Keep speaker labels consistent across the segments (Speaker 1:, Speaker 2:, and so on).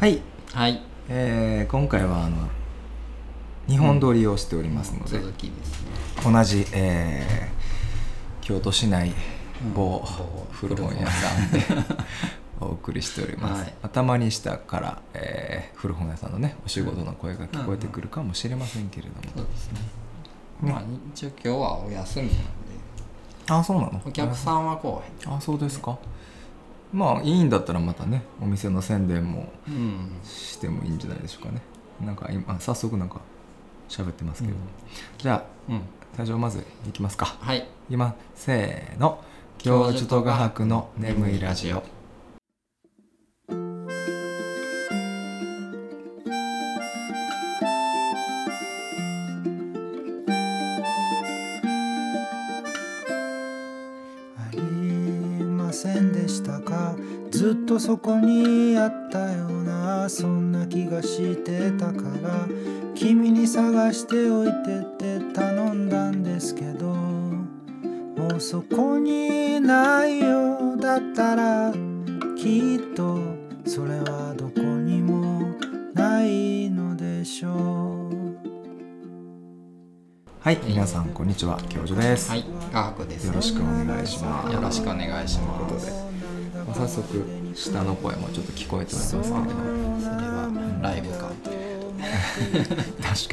Speaker 1: はい、
Speaker 2: はい
Speaker 1: えー今回はあの日本撮りをしておりますので、
Speaker 2: 続きですね
Speaker 1: 同じ、えー京都市内某古本屋さんで お送りしております、
Speaker 2: はい
Speaker 1: 頭に下から、えー古本屋さんのねお仕事の声が聞こえてくるかもしれませんけれども、
Speaker 2: そうですね
Speaker 1: ね
Speaker 2: まあ一応今日はお休みなんで
Speaker 1: あそうなの
Speaker 2: お客さんは来お
Speaker 1: あそうですかまあいいんだったらまたねお店の宣伝も
Speaker 2: へんうん
Speaker 1: してもいいんじゃないでしょうかねなんか今早速なんか喋ってますけど、
Speaker 2: うん
Speaker 1: じゃ
Speaker 2: うん
Speaker 1: あ最初まずいきますか
Speaker 2: はい
Speaker 1: いきますせーの教授と画伯の眠いラジオ
Speaker 3: ありませんでしたかずっとそこにあったようなそんな気がしてたから君に探しておいてって頼んだんですけどもうそこにないよだったらきっとそれはどこにもないのでしょう
Speaker 1: はい皆さんこんにちは教授です、
Speaker 2: はい画伯です
Speaker 1: よろしくお願いします
Speaker 2: よろしくお願いします
Speaker 1: というまあ早速下の声もちょっと聞こえておりますけれど
Speaker 2: それはライブ感という
Speaker 1: 確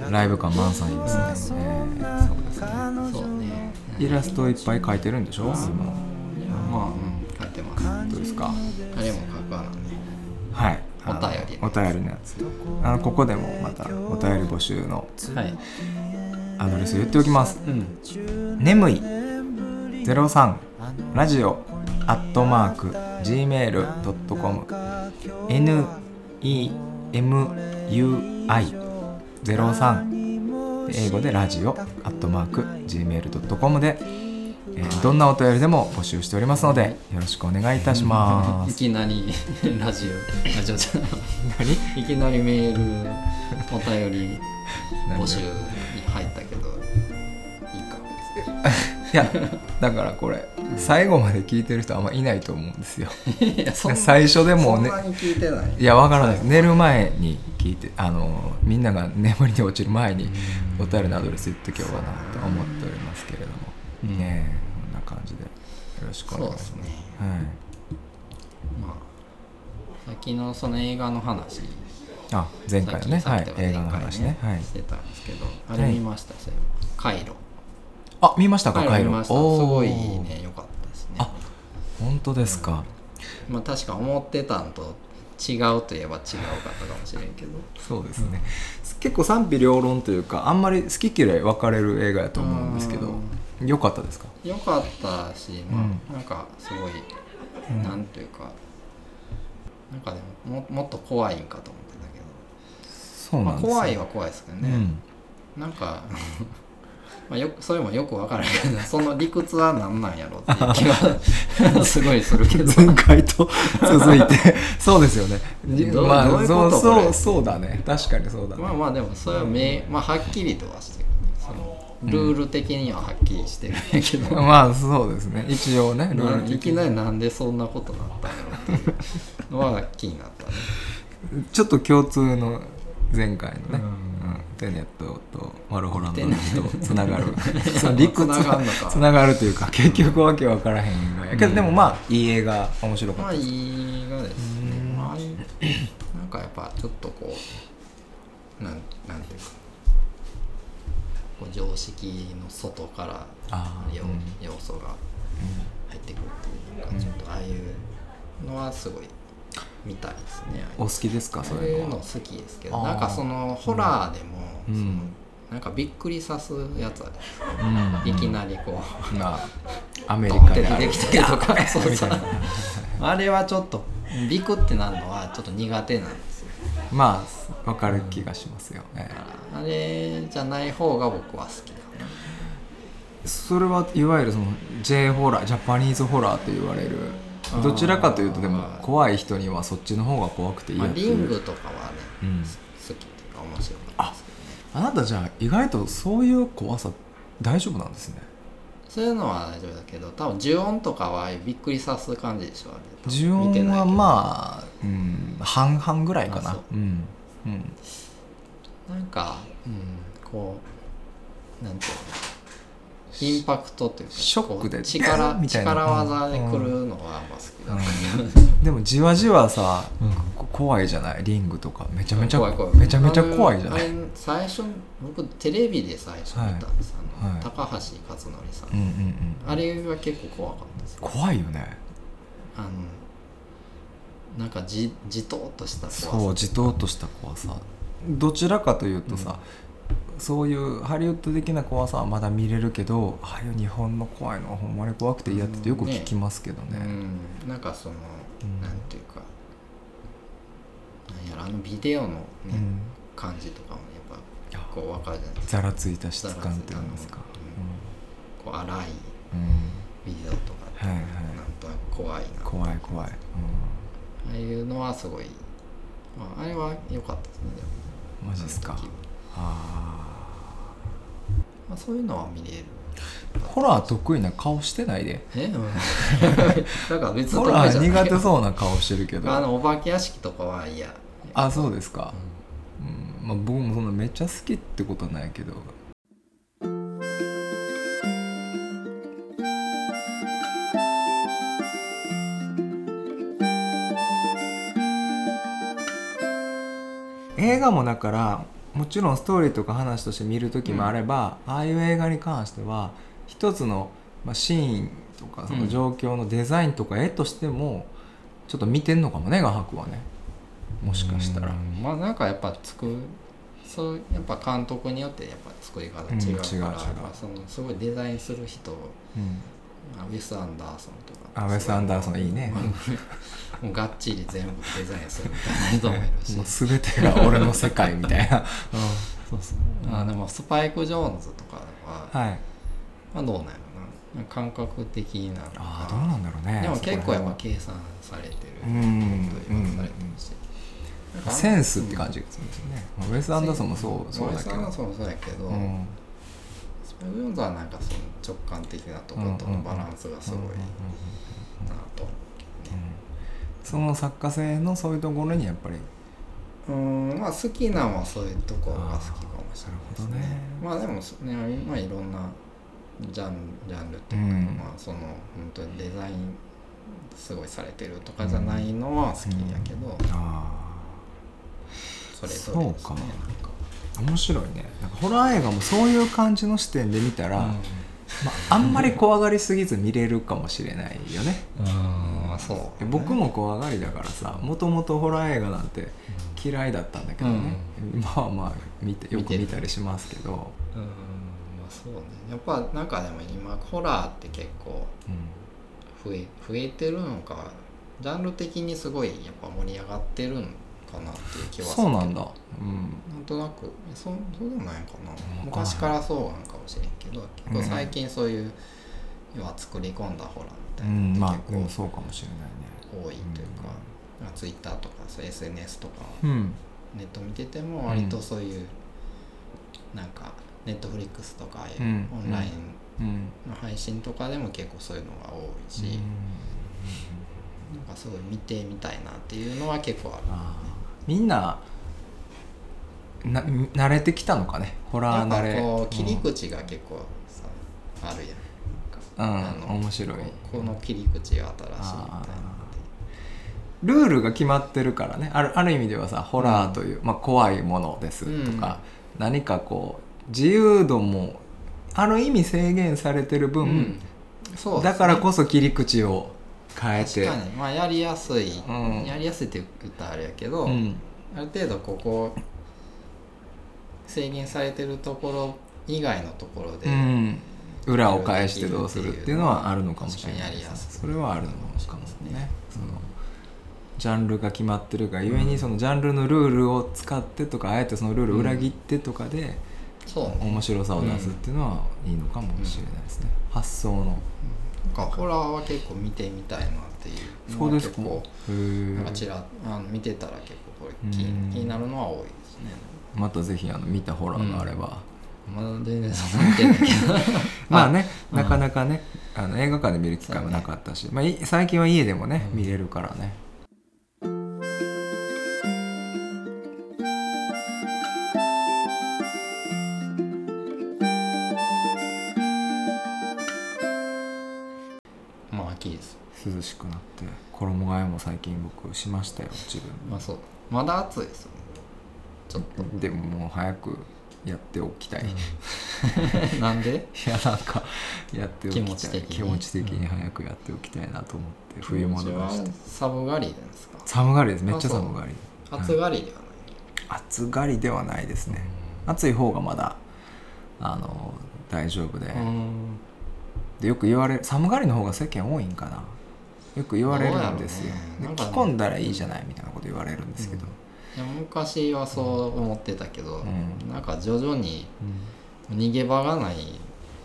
Speaker 1: かに ライブ感満載ですね、えーそうですね
Speaker 2: そうね
Speaker 1: イラストいっぱい描いてるんでしょ今
Speaker 2: まあうん書いてます
Speaker 1: どうですか
Speaker 2: 誰も書くわなね
Speaker 1: はいあの
Speaker 2: お便り
Speaker 1: お便りのやつあのここでもまたお便り募集の
Speaker 2: はい
Speaker 1: アドレス言っておきます
Speaker 2: うん
Speaker 1: 眠い03ラジオアットマーク gmail.com nemui03 英語でラジオアットマーク gmail.com で、えーどんなお便りでも募集しておりますのでよろしくお願いいたしま
Speaker 2: い
Speaker 1: す
Speaker 2: きなり ラジオラジオじゃないいきなりメールお便り
Speaker 1: 何
Speaker 2: 募集に入ったけどいい か
Speaker 1: いやだからこれ最後まで聞いてる人あんまいないと思うんですよ
Speaker 2: いやそんな
Speaker 1: 最初でも
Speaker 2: そん
Speaker 1: ね
Speaker 2: なに聞いてない
Speaker 1: いやわからないです寝る前に聞いてあのみんなが眠りに落ちる前にお便りのアドレス言っときようかなと思っておりますけれども、
Speaker 2: うん
Speaker 1: ねえこんな感じでよろしくお
Speaker 2: そう
Speaker 1: 願
Speaker 2: で
Speaker 1: いし
Speaker 2: す
Speaker 1: ま
Speaker 2: ね
Speaker 1: すはい
Speaker 2: まあ先のその映画の話
Speaker 1: あ前回のね
Speaker 2: さっき
Speaker 1: はい
Speaker 2: さっき
Speaker 1: 映画の話ね
Speaker 2: 前回
Speaker 1: はい
Speaker 2: してたんですけど、
Speaker 1: い
Speaker 2: あれ見ましたそういえばカイロ
Speaker 1: あ見ましたか
Speaker 2: カ
Speaker 1: カ
Speaker 2: イ
Speaker 1: イ
Speaker 2: ロ
Speaker 1: ロ
Speaker 2: 見ましたす
Speaker 1: おー
Speaker 2: ごいね良かったですね
Speaker 1: あ本当ですか、
Speaker 2: まあ確か思ってたんと違うといえば違うかったかもしれんけど
Speaker 1: そうですね、結構賛否両論というかあんまり好き嫌い分かれる映画やと思うんですけど良かったですか
Speaker 2: 良かったし、ま
Speaker 1: う
Speaker 2: あ、なんかすごい、
Speaker 1: うん
Speaker 2: なんというかなんかでもももっと怖いんかと思ってたけど、
Speaker 1: そう
Speaker 2: ま
Speaker 1: な
Speaker 2: あ、
Speaker 1: んですよ
Speaker 2: 怖いは怖いですけど
Speaker 1: う
Speaker 2: ね、
Speaker 1: ん、
Speaker 2: なんか まあよくそれもよく分からんけどその理屈は何なんやろっていう 気がすごいするけど
Speaker 1: 前回と続い てそうですよね
Speaker 2: どうどういう
Speaker 1: そ
Speaker 2: こ
Speaker 1: う
Speaker 2: とこ
Speaker 1: そう
Speaker 2: れ
Speaker 1: そうだね確かにそうだね、
Speaker 2: まあまあでもそれはめ、まあ、はっきりとはしてるそのルール的にははっきりしてるんやけど、
Speaker 1: まあ、そうですね一応ねルール
Speaker 2: い
Speaker 1: 的
Speaker 2: き
Speaker 1: に
Speaker 2: なりなんでそんなことになったんやろっていうのは気になったね。
Speaker 1: ちょっと共通の前回のね、
Speaker 2: うん
Speaker 1: うんテネットとマルホランド
Speaker 2: テネ
Speaker 1: とつながる その理屈
Speaker 2: つながんのか
Speaker 1: つながるというか結局わけわからへん映画やけど、
Speaker 2: うん
Speaker 1: でもまあいい映画面白か
Speaker 2: ま
Speaker 1: っ
Speaker 2: あ
Speaker 1: たで
Speaker 2: い
Speaker 1: す、
Speaker 2: い映画ですね
Speaker 1: うん。
Speaker 2: まあああいうなんかやっぱちょっとこうなんなんていうかこう常識の外から
Speaker 1: あー
Speaker 2: 要,、
Speaker 1: うん
Speaker 2: 要素が入ってくるっていうなんかちょっとああいうのはすごい見たいですね。
Speaker 1: お好きですかそ
Speaker 2: そう
Speaker 1: い
Speaker 2: ういうう
Speaker 1: の
Speaker 2: の
Speaker 1: は
Speaker 2: 好きですけど
Speaker 1: あー
Speaker 2: なんかそのホラーでも、
Speaker 1: うん
Speaker 2: そのなんかびっくりさすやつある
Speaker 1: うん
Speaker 2: いきなりこう
Speaker 1: まあアメリ
Speaker 2: ドンっ
Speaker 1: カ
Speaker 2: て
Speaker 1: であ
Speaker 2: 出
Speaker 1: る
Speaker 2: てきたりとか そう
Speaker 1: みた
Speaker 2: そ
Speaker 1: いうな
Speaker 2: あれはちょっとビクってなるのはちょっと苦手なんですよ
Speaker 1: まあわかる気がしますよ、ええ
Speaker 2: あれじゃない方が僕は好きだな
Speaker 1: それはいわゆるその J ホラージャパニーズホラーと言われる
Speaker 2: あー
Speaker 1: どちらかというとでも怖い人にはそっちの方が怖くていい
Speaker 2: ま
Speaker 1: や
Speaker 2: あ、
Speaker 1: って
Speaker 2: リ
Speaker 1: いう、
Speaker 2: ングとかはね、
Speaker 1: うん
Speaker 2: 好きっていうか面白かったですけどね
Speaker 1: あなたじゃあ意外とそういう怖さ大丈夫なんですね
Speaker 2: そういうのは大丈夫だけど多分呪音とかはああいうびっくりさす感じでしょあれ
Speaker 1: 呪音はまあ、うん、半々ぐらいか
Speaker 2: あ
Speaker 1: な
Speaker 2: そう
Speaker 1: うんうん
Speaker 2: なんか、うん、こうなんていうのインパクトっていうか
Speaker 1: ショックで
Speaker 2: こう 力
Speaker 1: みたいな
Speaker 2: 力技でくるのはあんま好きだな、
Speaker 1: でもじわじわさ、こ怖いじゃないリングとかめちゃめちゃ
Speaker 2: 怖い怖い
Speaker 1: めちゃめちゃ怖いじゃない
Speaker 2: あれあれ最初僕テレビで最初見たんです、あの
Speaker 1: はい
Speaker 2: 高橋克典さん、
Speaker 1: うんうんうん
Speaker 2: あれは結構怖かったです
Speaker 1: 怖いよね
Speaker 2: あのなんかじじとっとした怖さ
Speaker 1: そうじとっとした怖さどちらかというとさ、そういうハリウッド的な怖さはまだ見れるけどああいう日本の怖いのはほんまに怖くて嫌ってってよく聞きますけどね,、
Speaker 2: うん、なんかその、
Speaker 1: うん
Speaker 2: なんていうかなんやろあのビデオのね、
Speaker 1: うん
Speaker 2: 感じとかもやっぱ
Speaker 1: あ
Speaker 2: こう分かるじゃないですか
Speaker 1: ざらついた質感って言いますか
Speaker 2: ざらついたこう荒い
Speaker 1: うん、うん
Speaker 2: ビデオとかって
Speaker 1: はいはい
Speaker 2: なんとなく怖いな、
Speaker 1: 怖い怖い、
Speaker 2: ああいうのはすごい、まあ、あれは良かったですねでも
Speaker 1: うん、マジっすか
Speaker 2: あの時は
Speaker 1: あ
Speaker 2: まあ、そういうのは見れる
Speaker 1: ーホラー得意な顔してないで
Speaker 2: え なんか別に
Speaker 1: ホ
Speaker 2: 得意
Speaker 1: ラ
Speaker 2: じ
Speaker 1: ー
Speaker 2: ゃない
Speaker 1: 苦手そうな顔してるけど
Speaker 2: あのお化け屋敷とかは嫌
Speaker 1: あそうですか、うんまあ、僕もそんなめっちゃ好きってことはないけど映画もだからもちろんストーリーとか話として見る時もあれば、ああいう映画に関しては一つの、まあ、シーンとかその状況のデザインとか絵としてもちょっと見てんのかもね画伯はねもしかしたら
Speaker 2: うんまあなんかやっぱ作るそうやっぱ監督によってやっぱ作り方
Speaker 1: うん
Speaker 2: 違うから、
Speaker 1: 違う違う
Speaker 2: やっぱそのすごいデザインする人
Speaker 1: うん
Speaker 2: まあウェス・アンダーソンとか
Speaker 1: あウェス・アンダーソンいいね
Speaker 2: もうがっちり全部デザインするみたいな人もい るし
Speaker 1: もう全てが俺の世界みた いなそうそう
Speaker 2: あでもスパイク・ジョーンズとかは、
Speaker 1: はい
Speaker 2: まあ、どうなんやろな感覚的なのか
Speaker 1: ああどうなんだろうね
Speaker 2: でも結構やっぱ
Speaker 1: そこ
Speaker 2: 計算されてる
Speaker 1: うん
Speaker 2: というかされてるし、
Speaker 1: ら辺はセンスって感じがするんですよねウェス・アンダーソンもそうそうだけ
Speaker 2: モリスアンダー
Speaker 1: ど
Speaker 2: ソンもそうだけど、
Speaker 1: うん
Speaker 2: スパイク・ジョーンズはなんかその直感的なとことのバランスがすご
Speaker 1: う
Speaker 2: い
Speaker 1: んうんうん
Speaker 2: なと
Speaker 1: その作家性のそういうところにやっぱり
Speaker 2: うんまあ好きなんはそういうところが好きかもしれないで
Speaker 1: なるほ
Speaker 2: すね
Speaker 1: どね
Speaker 2: まあでもそねまあいろんなジャンジャンルっていうか、
Speaker 1: うん
Speaker 2: まあその本当にデザインすごいされてるとかじゃないのは好きやけど、
Speaker 1: あ
Speaker 2: それぞれですね
Speaker 1: そうかあ面白いねなんかホラー映画もそういう感じの視点で見たら、
Speaker 2: な
Speaker 1: ま
Speaker 2: んか
Speaker 1: あ、あんまり怖がりすぎず見れるかもしれないよね
Speaker 2: うん、あそう
Speaker 1: 僕も怖がりだからさもともとホラー映画なんて嫌いだったんだけどね、まあまあ見てよく見たりしますけど、
Speaker 2: うんまあそうねやっぱなんかでも今ホラーって結構
Speaker 1: うん
Speaker 2: 増え増えてるのかジャンル的にすごいやっぱ盛り上がってるのかなっていう気はするけど
Speaker 1: そうなんだ、うん、
Speaker 2: なんとなくえそうそうでもないんかな
Speaker 1: わかんない
Speaker 2: 昔からそうなんかもしれんけど結構最近そういう、要は作り込んだホラーみたい
Speaker 1: うん
Speaker 2: な
Speaker 1: ま
Speaker 2: のっ
Speaker 1: あ
Speaker 2: て
Speaker 1: でも
Speaker 2: 結
Speaker 1: そうかもしれないね
Speaker 2: 構多いというか、まあ Twitter とかそう SNS とか
Speaker 1: うん
Speaker 2: ネット見てても割とそういう、なんか Netflix とかああいう
Speaker 1: うん
Speaker 2: オンライ
Speaker 1: うん
Speaker 2: ンの配信とかでも結構そういうのが多いし、なんかすごい見てみたいなっていうのは結構ある。
Speaker 1: あーみんなな慣れてきたのかねホ
Speaker 2: な
Speaker 1: ラー
Speaker 2: ん
Speaker 1: 慣
Speaker 2: か
Speaker 1: れ
Speaker 2: こう切り口が結構さ、あるやん
Speaker 1: うん、
Speaker 2: あ
Speaker 1: うん
Speaker 2: の
Speaker 1: 面白い
Speaker 2: ここの切り口が新しいみたいな
Speaker 1: ルールが決まってるからねあるある意味ではさホラーという、まあ、怖いものですとか、何かこう自由度もある意味制限されてる
Speaker 2: う
Speaker 1: 分
Speaker 2: ん、そうですね
Speaker 1: だからこそ切り口を変えて
Speaker 2: 確かにまあやりやすい、
Speaker 1: うん
Speaker 2: やりやすいって言ったらあれやけど、
Speaker 1: うん
Speaker 2: ある程度ここ制限されてるところ以外のところで、
Speaker 1: うん裏を返してどうするっていうのはあるのかもしれない
Speaker 2: 確かにやりやすい
Speaker 1: それはあるのかもねそのジャンルが決まってるがゆえにそのジャンルのルールを使ってとかあえてそのルールを裏切ってとかで、
Speaker 2: そうね
Speaker 1: 面白さを出すっていうのはいいのかもしれないですね、発想の
Speaker 2: なんかホラーは結構見てみたいなっていうの
Speaker 1: そう
Speaker 2: は
Speaker 1: です
Speaker 2: 結
Speaker 1: か
Speaker 2: 構
Speaker 1: へ
Speaker 2: なんか
Speaker 1: ー
Speaker 2: ちらあの見てたら結構これ気,、
Speaker 1: うん
Speaker 2: 気になるのは多いですね
Speaker 1: またぜひあの見たホラーがあれば、
Speaker 2: まだ全然そんな見てないけど
Speaker 1: まあねなかなかねあの映画館で見る機会もなかったし、まあ、い最近は家でもね、見れるからね最近僕しましたよ自分
Speaker 2: まあそうまだ暑いですよちょっ
Speaker 1: でももう早くやっておきたい、い
Speaker 2: となんで
Speaker 1: やなんかやっておきたい
Speaker 2: 気持ち的に
Speaker 1: 気持ち的に早くやっておきたいなと思って、冬物だし
Speaker 2: 気持ちは寒がりなんですか
Speaker 1: 寒がりですめっちゃ
Speaker 2: あそう
Speaker 1: 寒がり
Speaker 2: 暑がりではない、
Speaker 1: 暑がりではないですね暑い方がまだあの大丈夫で,、
Speaker 2: うん
Speaker 1: でよく言われる寒がりの方が世間多いんかなよく言われるんですよ、
Speaker 2: どうやろうねなん
Speaker 1: で
Speaker 2: か
Speaker 1: 着
Speaker 2: ね
Speaker 1: 込んだらいいじゃないみたいなこと言われるんですけど、
Speaker 2: いや昔はそう思ってたけど、
Speaker 1: うん
Speaker 2: なんか徐々に逃げ場がない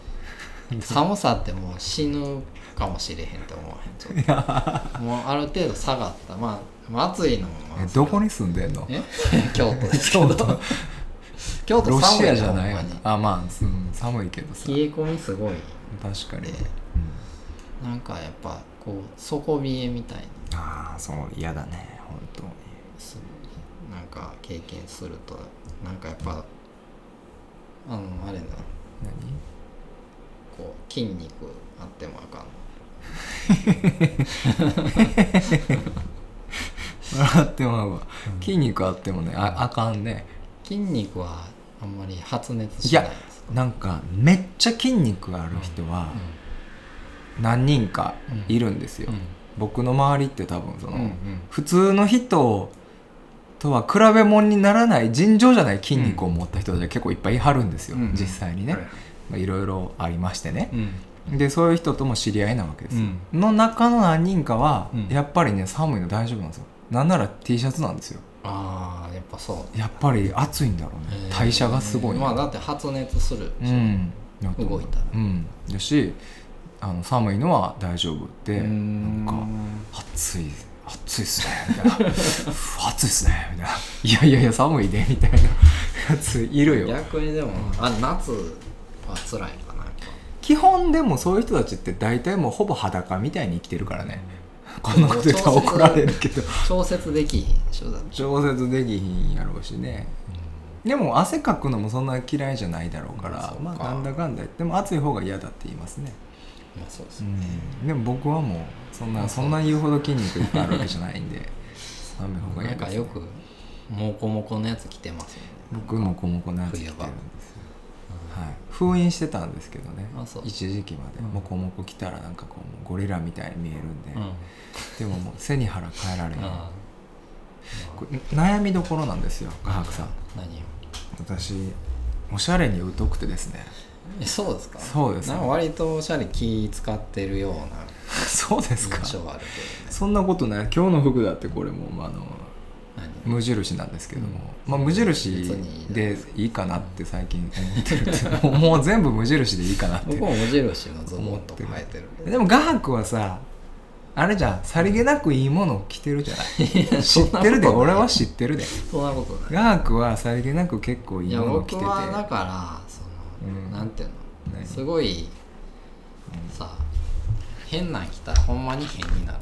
Speaker 2: 寒さってもう死ぬかもしれへんって思わへんちょっともうある程度下がったまあまあ暑いのもまあ
Speaker 1: えどこに住んでんの
Speaker 2: え 京都ですけ
Speaker 1: 京
Speaker 2: ど
Speaker 1: 都
Speaker 2: 京都
Speaker 1: ロ
Speaker 2: 寒い
Speaker 1: シ
Speaker 2: よ
Speaker 1: アじゃない
Speaker 2: ほんまに
Speaker 1: あまあ、うん寒いけどさ
Speaker 2: 冷え込みすごい
Speaker 1: 確かに、
Speaker 2: で
Speaker 1: うん
Speaker 2: なんかやっぱこう底冷えみたいな
Speaker 1: ああそう嫌だね本当に
Speaker 2: すなんか経験するとなんかやっぱあのあれだこう筋肉あってもあかん
Speaker 1: 何 笑ってまうわ、筋肉あってもねああかんね
Speaker 2: 筋肉はあんまり発熱
Speaker 1: い
Speaker 2: しない
Speaker 1: や
Speaker 2: です
Speaker 1: なんかめっちゃ筋肉がある人は何人かいるんですよ、
Speaker 2: うん
Speaker 1: 僕の周りって多分その、
Speaker 2: うんうん
Speaker 1: 普通の人とは比べ物にならない尋常じゃない筋肉を持った人たちが結構いっぱいいはるんですよ、
Speaker 2: うん
Speaker 1: 実際にね、
Speaker 2: はい
Speaker 1: まあいろいろありましてね
Speaker 2: う、ん
Speaker 1: でそういう人とも知り合いなわけですよ、
Speaker 2: う
Speaker 1: の中の何人かは、
Speaker 2: うん
Speaker 1: やっぱりね寒いの大丈夫なんですよなんなら T シャツなんですよ
Speaker 2: ああやっぱそう
Speaker 1: やっぱり暑いんだろうね
Speaker 2: えー
Speaker 1: 代謝がすごい、
Speaker 2: まあだって発熱する
Speaker 1: うんだと思う
Speaker 2: 動いたら
Speaker 1: うんだしあの寒いのは大丈夫って
Speaker 2: うー
Speaker 1: なん
Speaker 2: ん
Speaker 1: か暑い暑いっすねみたいなうわ暑いっすねみたいないやいやいや寒いでみたいなやついるよ
Speaker 2: 逆にでもあ夏は辛いかなやっぱ
Speaker 1: 基本でもそういう人たちって大体もうほぼ裸みたいに生きてるからね、こんなこと言ったら怒られるけど
Speaker 2: 調節できひんでしょだって
Speaker 1: 調節できひんやろうしね、でも汗かくのもそんな嫌いじゃないだろうから、
Speaker 2: そうか
Speaker 1: まあなんだかんだ言っても暑い方が嫌だって言いますね、
Speaker 2: まあそうです
Speaker 1: でも僕はもうそんな
Speaker 2: あ
Speaker 1: そ
Speaker 2: そうん
Speaker 1: な言うほど筋肉いっぱいあるわけじゃないんで寒い方が
Speaker 2: な
Speaker 1: 嫌
Speaker 2: ん
Speaker 1: で
Speaker 2: か
Speaker 1: す、
Speaker 2: よくモコモコのやつ着てますよね
Speaker 1: 僕もこもこのやつ着てるんですよ
Speaker 2: 冬場
Speaker 1: はい、封印してたんですけどね
Speaker 2: あそう
Speaker 1: 一時期まで、
Speaker 2: うん
Speaker 1: もこもこ来たらなんかこうもうゴリラみたいに見えるんで、
Speaker 2: うん
Speaker 1: でももう背に腹変えられへん
Speaker 2: あ
Speaker 1: これ悩みどころなんですよ画伯さん
Speaker 2: ー何を
Speaker 1: 私おしゃれに疎くてです ね
Speaker 2: えそうですか
Speaker 1: そうですね
Speaker 2: なんか割とおしゃれ気使ってるような
Speaker 1: そうですか
Speaker 2: 印象はあるけどね
Speaker 1: そんなことない今日の服だってこれもう、まあ、あの
Speaker 2: 何
Speaker 1: 無印なんですけども、
Speaker 2: うん
Speaker 1: まあ、無印でいいかなって最近思ってるっていうかもうもう全部無印でいいかなってい
Speaker 2: 僕
Speaker 1: う
Speaker 2: も無印のズボンとか生えてるけど
Speaker 1: でも画伯はさあれじゃんさりげなくいいものを着てるじゃない知ってるで
Speaker 2: そんなことない
Speaker 1: 俺は知ってるで
Speaker 2: そんなことない
Speaker 1: 画伯はさりげなく結構い
Speaker 2: い
Speaker 1: い
Speaker 2: や
Speaker 1: ものを着て
Speaker 2: 僕
Speaker 1: て
Speaker 2: はだからその、
Speaker 1: うん
Speaker 2: なんていう
Speaker 1: 何
Speaker 2: のすごいさ変なん着たらほんまに変になる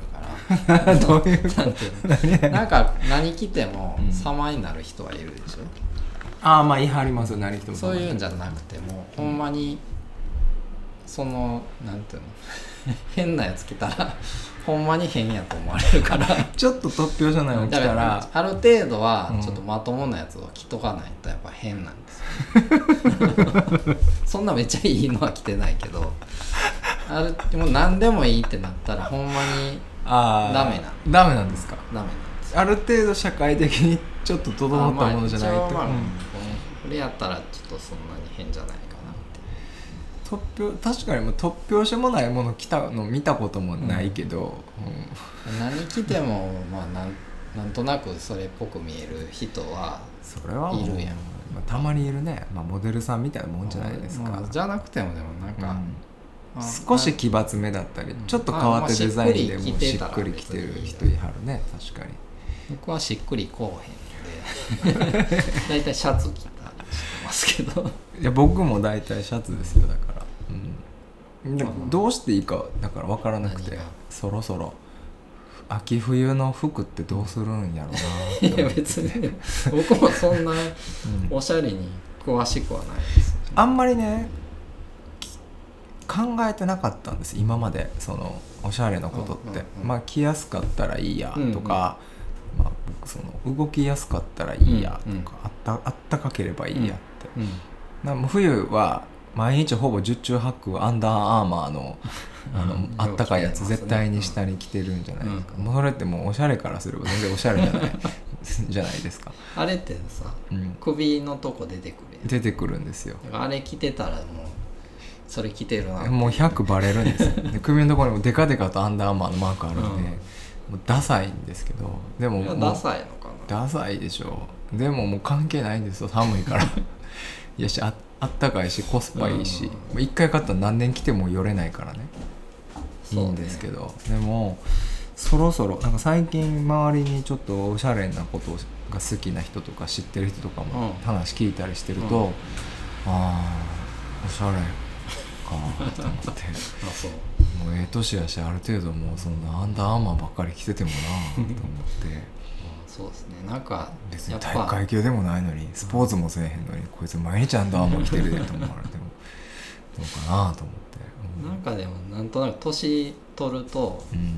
Speaker 2: から
Speaker 1: どういう
Speaker 2: なんていうのなんか何着ても様になる人はいるでしょ、
Speaker 1: ああまあ言い張りますよ何着ても
Speaker 2: そういうんんじゃなくてもほんまにそのなんていうの 変なやつ着たら ほんまに変やと思われる から
Speaker 1: ちょっと突拍じゃないの着
Speaker 2: だ
Speaker 1: た
Speaker 2: かららある程度は
Speaker 1: うん
Speaker 2: ちょっとまともなやつを着とかないとやっぱ変なんですよ、 そんなめっちゃいいのは着てないけどあるもう何でもいいってなったらほんまに
Speaker 1: あー
Speaker 2: ダメな
Speaker 1: ダメなんですか
Speaker 2: ダメなんですよ
Speaker 1: ある程度社会的に ちょっと整ったものじゃないと、
Speaker 2: あまあ一応まあ
Speaker 1: うん
Speaker 2: これやったらちょっとそんなに変じゃないかなって
Speaker 1: 突拍確かにもう突拍子もないもの来たの見たこともないけど、
Speaker 2: 何着てもまあなんなんとなくそれっぽく見える人は
Speaker 1: それはもう
Speaker 2: いるやん
Speaker 1: まあ、たまにいるね、まあ、モデルさんみたいなもんじゃないですか、
Speaker 2: まあじゃなくてもでもなんか、
Speaker 1: うん
Speaker 2: あ
Speaker 1: 少し奇抜めだったり、
Speaker 2: ん
Speaker 1: ちょっと変わったデザインでも
Speaker 2: まあまあ
Speaker 1: し
Speaker 2: し
Speaker 1: っ
Speaker 2: っ
Speaker 1: く
Speaker 2: く
Speaker 1: り
Speaker 2: り
Speaker 1: き
Speaker 2: き
Speaker 1: て
Speaker 2: てたら
Speaker 1: る
Speaker 2: 別にいい
Speaker 1: 人いはるね確かに
Speaker 2: 僕はしっくりこうへんの でだいたいシャツ着たりしてますけど
Speaker 1: いや僕も大体シャツですよだから、うん、でどうしていいかだから分からなくて
Speaker 2: 何が
Speaker 1: そろそろ秋冬の服ってどうするんやろうなって思っ
Speaker 2: い
Speaker 1: て
Speaker 2: や 別に僕もそんなおしゃれに詳しくはないです
Speaker 1: あんまりねき考えてなかったんです今までそのおしゃれのことって、
Speaker 2: うんうんうん
Speaker 1: まあ着やすかったらいいや
Speaker 2: うんうん
Speaker 1: とか、まあ、僕その動きやすかったらいいやとか、
Speaker 2: うんうん
Speaker 1: あったあったかければいいやって、
Speaker 2: うん
Speaker 1: なもう冬は毎日ほぼ十中八九アンダーアーマー のあの、
Speaker 2: うん
Speaker 1: あったかいや
Speaker 2: よ
Speaker 1: つ
Speaker 2: く着てますね
Speaker 1: 絶対に下に着てるんじゃないですか、
Speaker 2: うん
Speaker 1: もうそれってもうおしゃれからすれば全然おしゃれじゃない じゃないですか、
Speaker 2: あれってさ
Speaker 1: うん、
Speaker 2: 首のとこ出てくるやん
Speaker 1: 出てくるんですよ
Speaker 2: だからあれ着てたらもうそれ着てるなって
Speaker 1: もう100バレるんですよ で首のところにもデカデカとアンダーアーマーのマークあるんで、
Speaker 2: うん
Speaker 1: もうダサいんですけどでも
Speaker 2: いや
Speaker 1: もう
Speaker 2: ダサいのかな
Speaker 1: ダサいでしょでももう関係ないんですよ寒い からいやしああったかいしコスパいいし
Speaker 2: うん
Speaker 1: もう一回買ったら何年着てもよれないからねい
Speaker 2: そう
Speaker 1: いんですけど、でもそろそろなんか最近周りにちょっとおしゃれなことが好きな人とか知ってる人とかも
Speaker 2: うん
Speaker 1: 話聞いたりしてると、
Speaker 2: うん
Speaker 1: ああおしゃれかと思って
Speaker 2: あそう
Speaker 1: もうええ年やしある程度もうそんなアンダーアーマーばっかり着ててもなと思って
Speaker 2: あそうですねなんか
Speaker 1: 別
Speaker 2: や
Speaker 1: に
Speaker 2: っ
Speaker 1: 体育
Speaker 2: ぱ
Speaker 1: 会系でもないのにスポーツもせえへんのにこいつ毎日アンダーアーマー着てるでと思われてもどうかなと思って。
Speaker 2: なんかでもなんとなく年取ると
Speaker 1: うんうん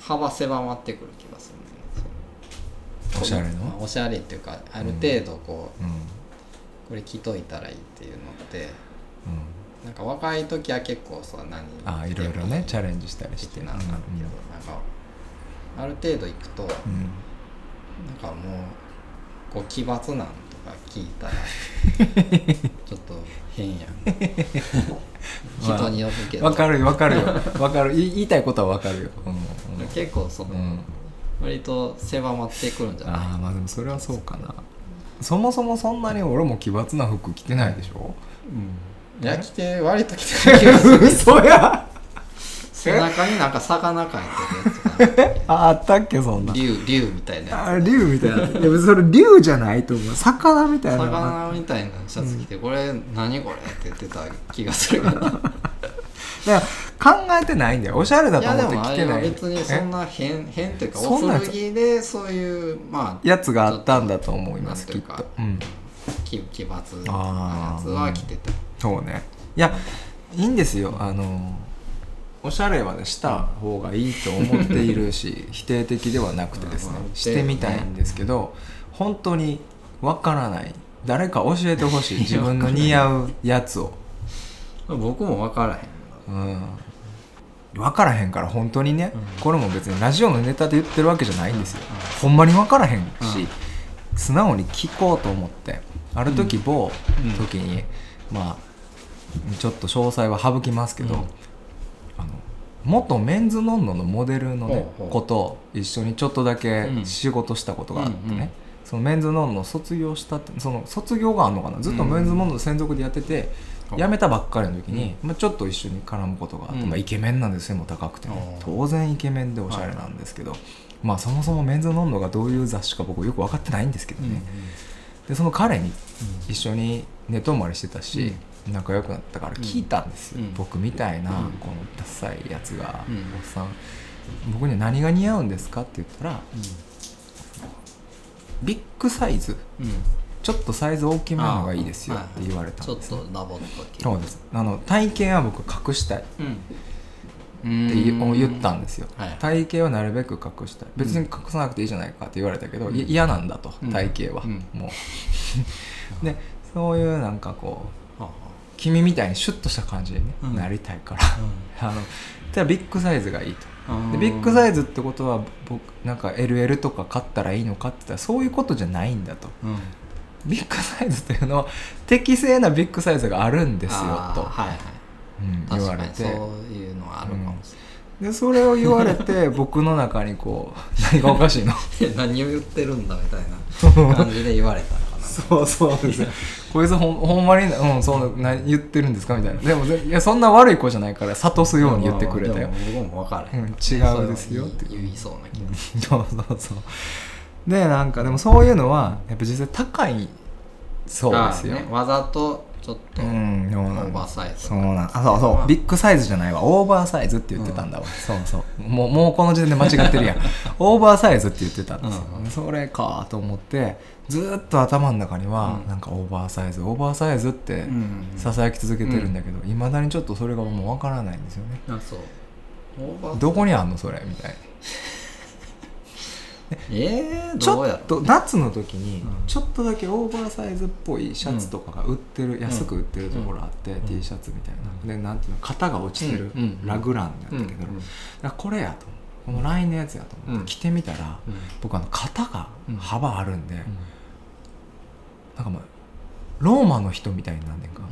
Speaker 2: 幅狭まってくる気がするねそう
Speaker 1: おしゃれの
Speaker 2: おしゃれっていうかある程度こう、
Speaker 1: うん
Speaker 2: これ着といたらいいっていうのって
Speaker 1: うん
Speaker 2: なんか若い時は結構さ何
Speaker 1: あいろいろねチャレンジしたり
Speaker 2: し
Speaker 1: してて
Speaker 2: てなあかんけど、なんかある程度行くと、
Speaker 1: うんうん
Speaker 2: なんかもうこう奇抜なんとか聞いた らちょっと変やん
Speaker 1: まあ
Speaker 2: 人によるけど、
Speaker 1: わかるよわ かるよわかるい言いたいことはわかるよ、うん
Speaker 2: 結構その、
Speaker 1: うんうん、
Speaker 2: 割と狭まってくるんじゃない
Speaker 1: ああまあでもそれはそうかなそもそもそんなに俺も奇抜な服着てないでし ょ
Speaker 2: いや着て割と着てる気がする
Speaker 1: 嘘や
Speaker 2: 背中になんか魚感ってるやつ が
Speaker 1: ああったっけそんな
Speaker 2: 竜竜みたいなや
Speaker 1: あ竜みたいないや別にそれ竜じゃないと思う魚みた
Speaker 2: つ
Speaker 1: いな
Speaker 2: 魚みたいなシャツ着て、これ何これって言ってた気がす るけど
Speaker 1: だから考えてないんだよおしゃれだ
Speaker 2: い
Speaker 1: と思
Speaker 2: やで
Speaker 1: って
Speaker 2: もあ
Speaker 1: 着
Speaker 2: れ
Speaker 1: てな
Speaker 2: はい別にそん
Speaker 1: え
Speaker 2: な変変っていうか
Speaker 1: そんな
Speaker 2: お
Speaker 1: や
Speaker 2: 古
Speaker 1: つ
Speaker 2: 着でそういうまあ
Speaker 1: やつがあったんだと思います
Speaker 2: ち
Speaker 1: き
Speaker 2: ょ
Speaker 1: っ
Speaker 2: っと
Speaker 1: と、うん、
Speaker 2: 奇奇抜なやつは着てた
Speaker 1: そうねいやいいんですよあのおしゃれはねした方がいいと思っている し否定的ではなくてですね
Speaker 2: うん
Speaker 1: してみたいんですけど本当にわからない誰か教えてほしい自分の似合うやつを、
Speaker 2: 僕も分からへん
Speaker 1: うん、分からへんから本当にね、これも別にラジオのネタで言ってるわけじゃないんですよ、ほんまに分からへんし、素直に聞こうと思ってある時某
Speaker 2: うん
Speaker 1: 時に、まあちょっと詳細は省きますけど、
Speaker 2: うん
Speaker 1: あの元メンズノンノのモデルのね
Speaker 2: ほうほう
Speaker 1: 子と一緒にちょっとだけ
Speaker 2: うん
Speaker 1: 仕事したことがあってね、
Speaker 2: うんうん
Speaker 1: そのメンズノンノ卒業したってその卒業があるのかなずっとメンズノンノ専属でやってて、
Speaker 2: うん
Speaker 1: 辞めたばっかりの時に、まあ、ちょっと一緒に絡むことがあって、
Speaker 2: うん
Speaker 1: まあ、イケメンなんですよ背も高くてね
Speaker 2: あー
Speaker 1: 当然イケメンでおしゃれなんですけど、まあそもそもメンズノンノがどういう雑誌か僕よく分かってないんですけどね、でその彼に一緒に寝泊まりしてたし、仲良くなったから聞いたんですよ、
Speaker 2: うん
Speaker 1: 僕みたいな
Speaker 2: うん
Speaker 1: このダサいやつが、
Speaker 2: うん
Speaker 1: おっさん僕には何が似合うんですかって言ったらビッグサイズちょっとサイズ大きめなのがいいですよって言われたん
Speaker 2: ちょっ
Speaker 1: です、
Speaker 2: と
Speaker 1: ね
Speaker 2: ダボっと着
Speaker 1: そうですあの体型は僕隠したいって
Speaker 2: うん
Speaker 1: 言う言ったんですよ、
Speaker 2: はい
Speaker 1: 体型はなるべく隠したい別に隠さなくていいじゃないかって言われたけど、い嫌なんだと、
Speaker 2: うん
Speaker 1: 体型は、
Speaker 2: うん
Speaker 1: もう でそういうなんかこう君みたいにシュッとした感じに、ね
Speaker 2: うん
Speaker 1: なりたいから あのじゃあビッグサイズがいいとでビッグ
Speaker 2: イ
Speaker 1: サイズってことは僕なんか LL とか買ったらいいのかって言ったらそういうことじゃないんだと
Speaker 2: ズ
Speaker 1: ビッグサイズというのは適正なビッグサイズがあるんですよと、
Speaker 2: はいはい
Speaker 1: うん言
Speaker 2: 確
Speaker 1: わ
Speaker 2: か
Speaker 1: れ
Speaker 2: にそう
Speaker 1: て
Speaker 2: いうのはあるかもし
Speaker 1: でそれを言われて僕の中にこう何がおかしいの
Speaker 2: れない 何を言ってるんだみた いな感じで言われたのかな
Speaker 1: そうそうですこいつほんほんまに、うん、そうな言ってるんですかみたいなでもぜいやそんな悪い子じゃないから諭すように言ってくれたよ
Speaker 2: でも僕も分からへん
Speaker 1: うん違うですよって
Speaker 2: それは言いそうな気がす
Speaker 1: そうそうそうでなんかでもそういうのはやっぱ実際高いそうですよ、
Speaker 2: ああねわざとちょっと
Speaker 1: う
Speaker 2: オ
Speaker 1: んそうなん
Speaker 2: ーバーサイズ
Speaker 1: そうなんあそうそうビッグサイズじゃないわオーバーサイズって言ってたんだわ、そうそうもうもうこの時点で間違ってるやんオーバーサイズって言ってたんですよ、それかと思ってずーっと頭の中には、
Speaker 2: うん
Speaker 1: なんかオーバーサイズオーバーサイズって
Speaker 2: うん
Speaker 1: ささやき続けてるんだけどいま、未だにちょっとそれがもうわからないんですよね
Speaker 2: あそうオーバー
Speaker 1: どこにあんのそれみたいな
Speaker 2: えー、
Speaker 1: ち
Speaker 2: ど
Speaker 1: ょ
Speaker 2: うやろ
Speaker 1: っと夏の時に
Speaker 2: うん
Speaker 1: ちょっとだけオーバーサイズっぽいシャツとかが売ってる、安く売ってるところあって、
Speaker 2: ん
Speaker 1: T シャツみたいな、でなんていうの型が落ちてる
Speaker 2: うんうん
Speaker 1: ラグランなんだけ
Speaker 2: うん
Speaker 1: ど、 だからこれやとこのラインのやつやと思って、
Speaker 2: うん
Speaker 1: 着てみたら
Speaker 2: うん
Speaker 1: 僕あの肩が
Speaker 2: うん
Speaker 1: 幅あるんで、なんかもうローマの人みたいになんねんか、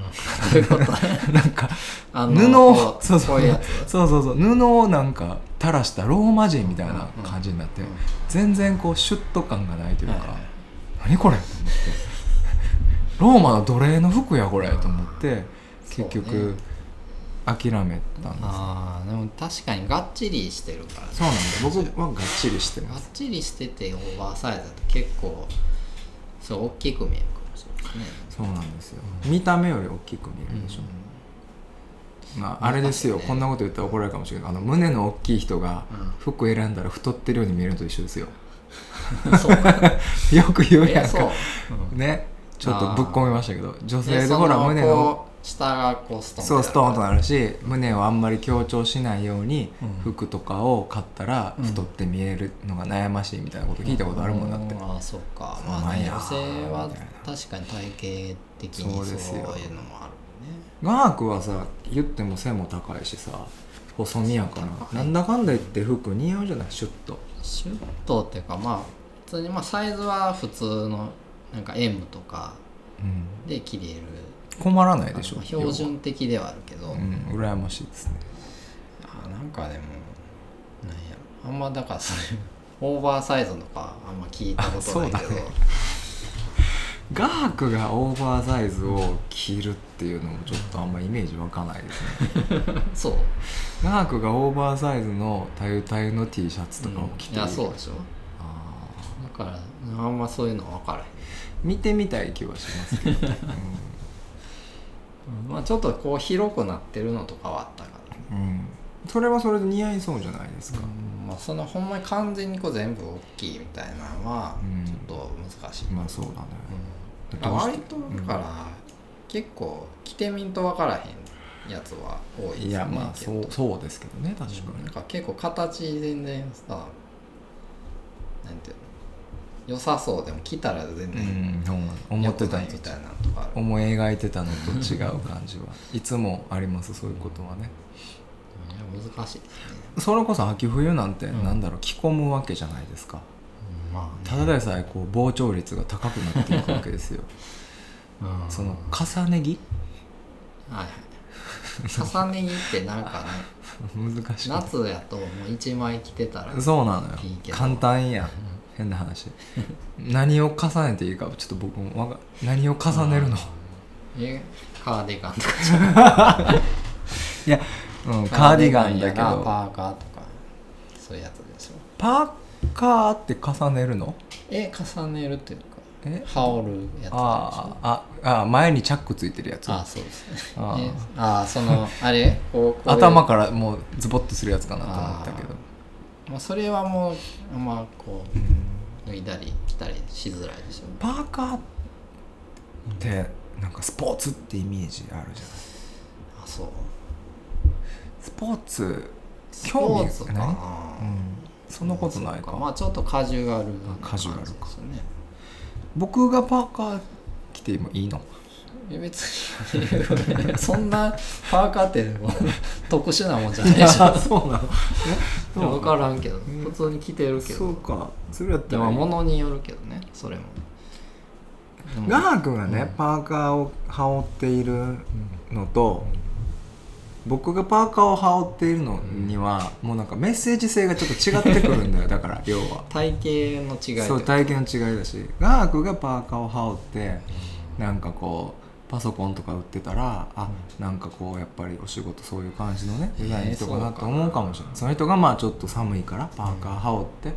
Speaker 2: どういうこと
Speaker 1: なんか
Speaker 2: あの
Speaker 1: 布
Speaker 2: こ
Speaker 1: を
Speaker 2: う
Speaker 1: そう
Speaker 2: こ
Speaker 1: そうう
Speaker 2: いうやつ
Speaker 1: そうそうそう布をなんか垂らしたローマ人みたいな感じになって、
Speaker 2: うんうん
Speaker 1: 全然こうシュッと感がないというか、
Speaker 2: はいはい
Speaker 1: 何これと思って ローマの奴隷の服やこれと思って結
Speaker 2: そう
Speaker 1: 局
Speaker 2: ね
Speaker 1: 諦めたんです
Speaker 2: あーでも確かにがっちりしてるからね
Speaker 1: そうなんだ僕はがっちりしてま
Speaker 2: がっ
Speaker 1: す
Speaker 2: ちりしててオーバーサイズだと結構そう大きく見えるかもしれないですね
Speaker 1: そうなんですよ見た目より大きく見えるでしょ、まあ、あれですよ、
Speaker 2: ね
Speaker 1: こんなこと言ったら怒られるかもしれないけどあの胸の大きい人が
Speaker 2: うん
Speaker 1: 服選んだら太ってるように見えるのと一緒ですよ
Speaker 2: そうか
Speaker 1: よく言う
Speaker 2: え
Speaker 1: やん
Speaker 2: そう、
Speaker 1: かねちょっとぶっ込みましたけど女
Speaker 2: で
Speaker 1: 性で
Speaker 2: そ
Speaker 1: ほら
Speaker 2: の
Speaker 1: 胸の
Speaker 2: こう下がこうストン
Speaker 1: そうストーンと
Speaker 2: な
Speaker 1: なるし胸をあんまり強調しないように服とかを買ったら
Speaker 2: うん
Speaker 1: 太って見えるのが悩ましいみたいなこと聞いたことあるもんだって
Speaker 2: あーそうか
Speaker 1: そう
Speaker 2: まあ、
Speaker 1: なん
Speaker 2: ね、
Speaker 1: や
Speaker 2: 女性は
Speaker 1: みたいな
Speaker 2: 確かに体型的に
Speaker 1: そう
Speaker 2: そう
Speaker 1: ですよ
Speaker 2: いうのもあるね
Speaker 1: ガークはさ言っても背も高いしさ細身やからなんだかんだ言って服似合うじゃないシュッと
Speaker 2: シュッとっていうかまあ普通にまあサイズは普通のなんか M とか
Speaker 1: うん
Speaker 2: で着れる
Speaker 1: 困らないでしょ
Speaker 2: まあ標準的ではあるけど、
Speaker 1: 要はうん羨ましいですね
Speaker 2: あなんかでもなんやろあんまだからそれオーバーサイズとかあんま聞いたことない
Speaker 1: あ
Speaker 2: け
Speaker 1: そ
Speaker 2: ど
Speaker 1: うだねガークがオーバーサイズを着るっていうのもちょっとあんまイメージ湧かないですね
Speaker 2: そう,、
Speaker 1: ガークがオーバーサイズのたゆたゆの T シャツとかを着て
Speaker 2: い
Speaker 1: る、
Speaker 2: やそうでしょ
Speaker 1: あー
Speaker 2: だからあんまそういうの分からへん
Speaker 1: 見てみたい気はしますけど、ね
Speaker 2: まあちょっとこう広くなってるのとかはあったから、
Speaker 1: うんうんそれはそれで似合いそうじゃないですか、
Speaker 2: まあそのほんまに完全にこう全部大きいみたいなのは
Speaker 1: うん
Speaker 2: ちょっと難しい、
Speaker 1: まあそうだね、
Speaker 2: うん
Speaker 1: どうして
Speaker 2: 割とだから結構着てみんと分からへんやつは多いですね
Speaker 1: いやまあ
Speaker 2: 結
Speaker 1: そ
Speaker 2: 構
Speaker 1: うそうですけどね確かに、
Speaker 2: なんか結構形全然さなんていうの良さそうでも着たら全然
Speaker 1: うんそう思
Speaker 2: 良
Speaker 1: って
Speaker 2: く
Speaker 1: た
Speaker 2: ない
Speaker 1: の
Speaker 2: み
Speaker 1: と
Speaker 2: たいなのとかある、
Speaker 1: 思い描いてたのと違う感じはいつもありますそういうことはね
Speaker 2: いや難しいですね、
Speaker 1: それこそ秋冬なんて
Speaker 2: ん
Speaker 1: なんだろう着込むわけじゃないですか
Speaker 2: ま
Speaker 1: ただでさえこう膨張率が高くなっていくわけですよ
Speaker 2: あ、
Speaker 1: その重ね着
Speaker 2: はいはい重ね着ってなんか ね
Speaker 1: 難しい
Speaker 2: 夏やともう1枚着てたら
Speaker 1: そうなのよ
Speaker 2: いいけど
Speaker 1: 簡単やん変な話何を重ねていいかちょっと僕もわか何を重ねるの
Speaker 2: えカーディガンとか
Speaker 1: いや、うん、 カーディガンだけ
Speaker 2: カーディガンやら
Speaker 1: ど
Speaker 2: パーカーとかそういうやつでしょ
Speaker 1: パーカーって重ねるの
Speaker 2: え重ねるっていうか
Speaker 1: え
Speaker 2: 羽織るやつでしょ
Speaker 1: ああああ前にチャックついてるやつ
Speaker 2: あそうですね。
Speaker 1: あ
Speaker 2: あ
Speaker 1: ー
Speaker 2: あーそのあれこうこういう
Speaker 1: 頭からもうズボッとするやつかなと思ったけど
Speaker 2: もうそれはもうあんまこう脱いだり着たりしづらいでしょ。
Speaker 1: パーカーってなんかスポーツってイメージあるじゃない
Speaker 2: あそう。
Speaker 1: スポーツ
Speaker 2: スポ
Speaker 1: 興
Speaker 2: ー
Speaker 1: 味
Speaker 2: ツか
Speaker 1: ない
Speaker 2: な。
Speaker 1: うんそんなことない
Speaker 2: そう
Speaker 1: か
Speaker 2: まあちょっとカジュアルな
Speaker 1: カジュアルか
Speaker 2: ですよね。
Speaker 1: 僕がパーカー着てもいいの
Speaker 2: え別に そんなパーカーってもう 特殊なもんじゃないでし ょ。
Speaker 1: そうなの
Speaker 2: 分からんけど普通に着てるけ
Speaker 1: そ
Speaker 2: ど
Speaker 1: う。かそれやった
Speaker 2: で
Speaker 1: ら
Speaker 2: も
Speaker 1: いい
Speaker 2: 物によるけどねそれも。でも
Speaker 1: ガー君がね、パーカーを羽織っているのと、僕がパーカーを羽織っているのには、もうなんかメッセージ性がちょっと違ってくるんだよだから要は
Speaker 2: 体型の違いと
Speaker 1: そう体験の違いだしガークがパーカーを羽織ってなんかこうパソコンとか売ってたらあ、なんかこうやっぱりお仕事そういう感じのねデザインの人かな
Speaker 2: そうか
Speaker 1: と思うかもしれない、その人がまあちょっと寒いからパーカー羽織って、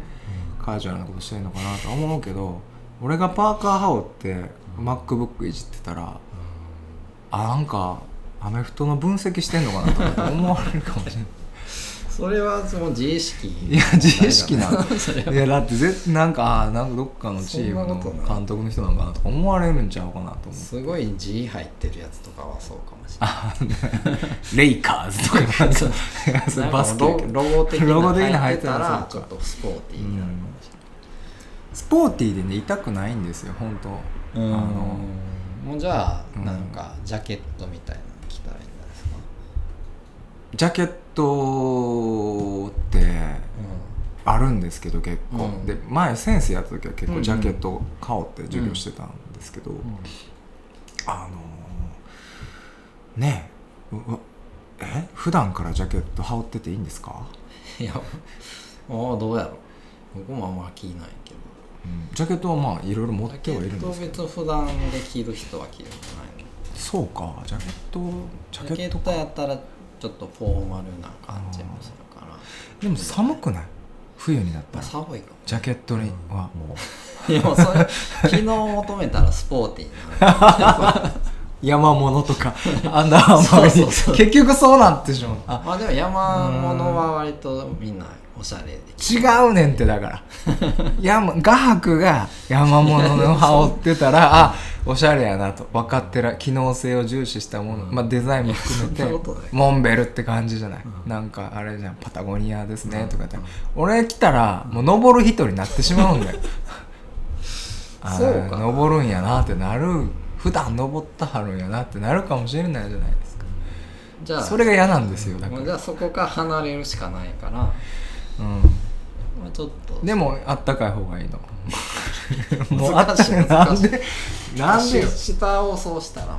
Speaker 1: カージュアルなことしてるのかなと思うけど俺がパーカー羽織って MacBook いじってたら、あなんかアメフトの分析してんのかなとかって思われるかもしれない
Speaker 2: それはその自意識
Speaker 1: いや自意識な
Speaker 2: それ
Speaker 1: いやだってぜなんかあーなんかどっかのチーム
Speaker 2: そん
Speaker 1: の
Speaker 2: なことない
Speaker 1: 監督の人なんかなとか思われるんちゃうかなと思
Speaker 2: すごい G 入ってるやつとかはそうかもしれ
Speaker 1: うレイカーズとかなんかいや そ
Speaker 2: な
Speaker 1: れ
Speaker 2: い
Speaker 1: バスケやけど
Speaker 2: ロゴ的
Speaker 1: ロゴ的
Speaker 2: な
Speaker 1: な
Speaker 2: 入
Speaker 1: 入
Speaker 2: っ
Speaker 1: ってて
Speaker 2: た
Speaker 1: たら
Speaker 2: らち
Speaker 1: そ
Speaker 2: ょ
Speaker 1: う
Speaker 2: っ
Speaker 1: か
Speaker 2: とスポーティーになるかもし
Speaker 1: スポーティーでね痛くないんですよ本当
Speaker 2: れない、
Speaker 1: うん
Speaker 2: あのもうじゃあ
Speaker 1: うん
Speaker 2: なんかジャケットみたいなの着たらいいんじゃないですか、
Speaker 1: ジャケットってあるんですけど結構、
Speaker 2: うん
Speaker 1: で前先生やった時は結
Speaker 2: うんう
Speaker 1: 構
Speaker 2: ん
Speaker 1: ジャケットを買おうって授業してたんですけど、あのーねえうわえ普段からジャケット羽織ってていいんですか、
Speaker 2: いやああどうやろう僕もあんま着ないけど
Speaker 1: うんジャケットはまあいろいろ持っ
Speaker 2: ジャ
Speaker 1: て
Speaker 2: ケ
Speaker 1: はいるん
Speaker 2: ット
Speaker 1: で
Speaker 2: を
Speaker 1: すけど
Speaker 2: 別に普段で着る人は着るんじゃないの
Speaker 1: そうかジャケットジ
Speaker 2: ジ
Speaker 1: ャ
Speaker 2: ャ
Speaker 1: ケ
Speaker 2: ケ
Speaker 1: ッ
Speaker 2: ッ
Speaker 1: ト
Speaker 2: ト
Speaker 1: か
Speaker 2: やったらちょっとフォーマルな感じもするから、
Speaker 1: でも寒くない冬になった
Speaker 2: まあ、
Speaker 1: ら
Speaker 2: 寒いかも
Speaker 1: ジャケットにはもう
Speaker 2: でもそれ昨日求めたらスポーティーになる
Speaker 1: 山物と かアンダーマーに
Speaker 2: そうそうそ う
Speaker 1: 結局そうなってしまうあ
Speaker 2: まあでも山物は割とみんなおしゃれで
Speaker 1: 違うねんってだ から山画伯が山物の羽織ってたらあおしゃれやなと分かってら機能性を重視したもの、まあ、デザインも含め
Speaker 2: そんな
Speaker 1: て
Speaker 2: ことない
Speaker 1: モンベルって感じじゃない、なんかあれじゃんパタゴニアですねとか言ったら、俺来たらもう登る人になってしまうんだよあー
Speaker 2: そうか
Speaker 1: 登るんやなってなる普段登ったはるんやなってなるかもしれないじゃないですか
Speaker 2: じゃあ
Speaker 1: それが嫌なんですよだから、
Speaker 2: も
Speaker 1: う
Speaker 2: うんじゃあそこから離れるしかないから、まあ、ちょっと
Speaker 1: でもあったかい方がいい のもうあっ
Speaker 2: 難
Speaker 1: た
Speaker 2: しい
Speaker 1: かい
Speaker 2: 難
Speaker 1: なん
Speaker 2: しい
Speaker 1: でなんでよ
Speaker 2: し下をそうしたらもう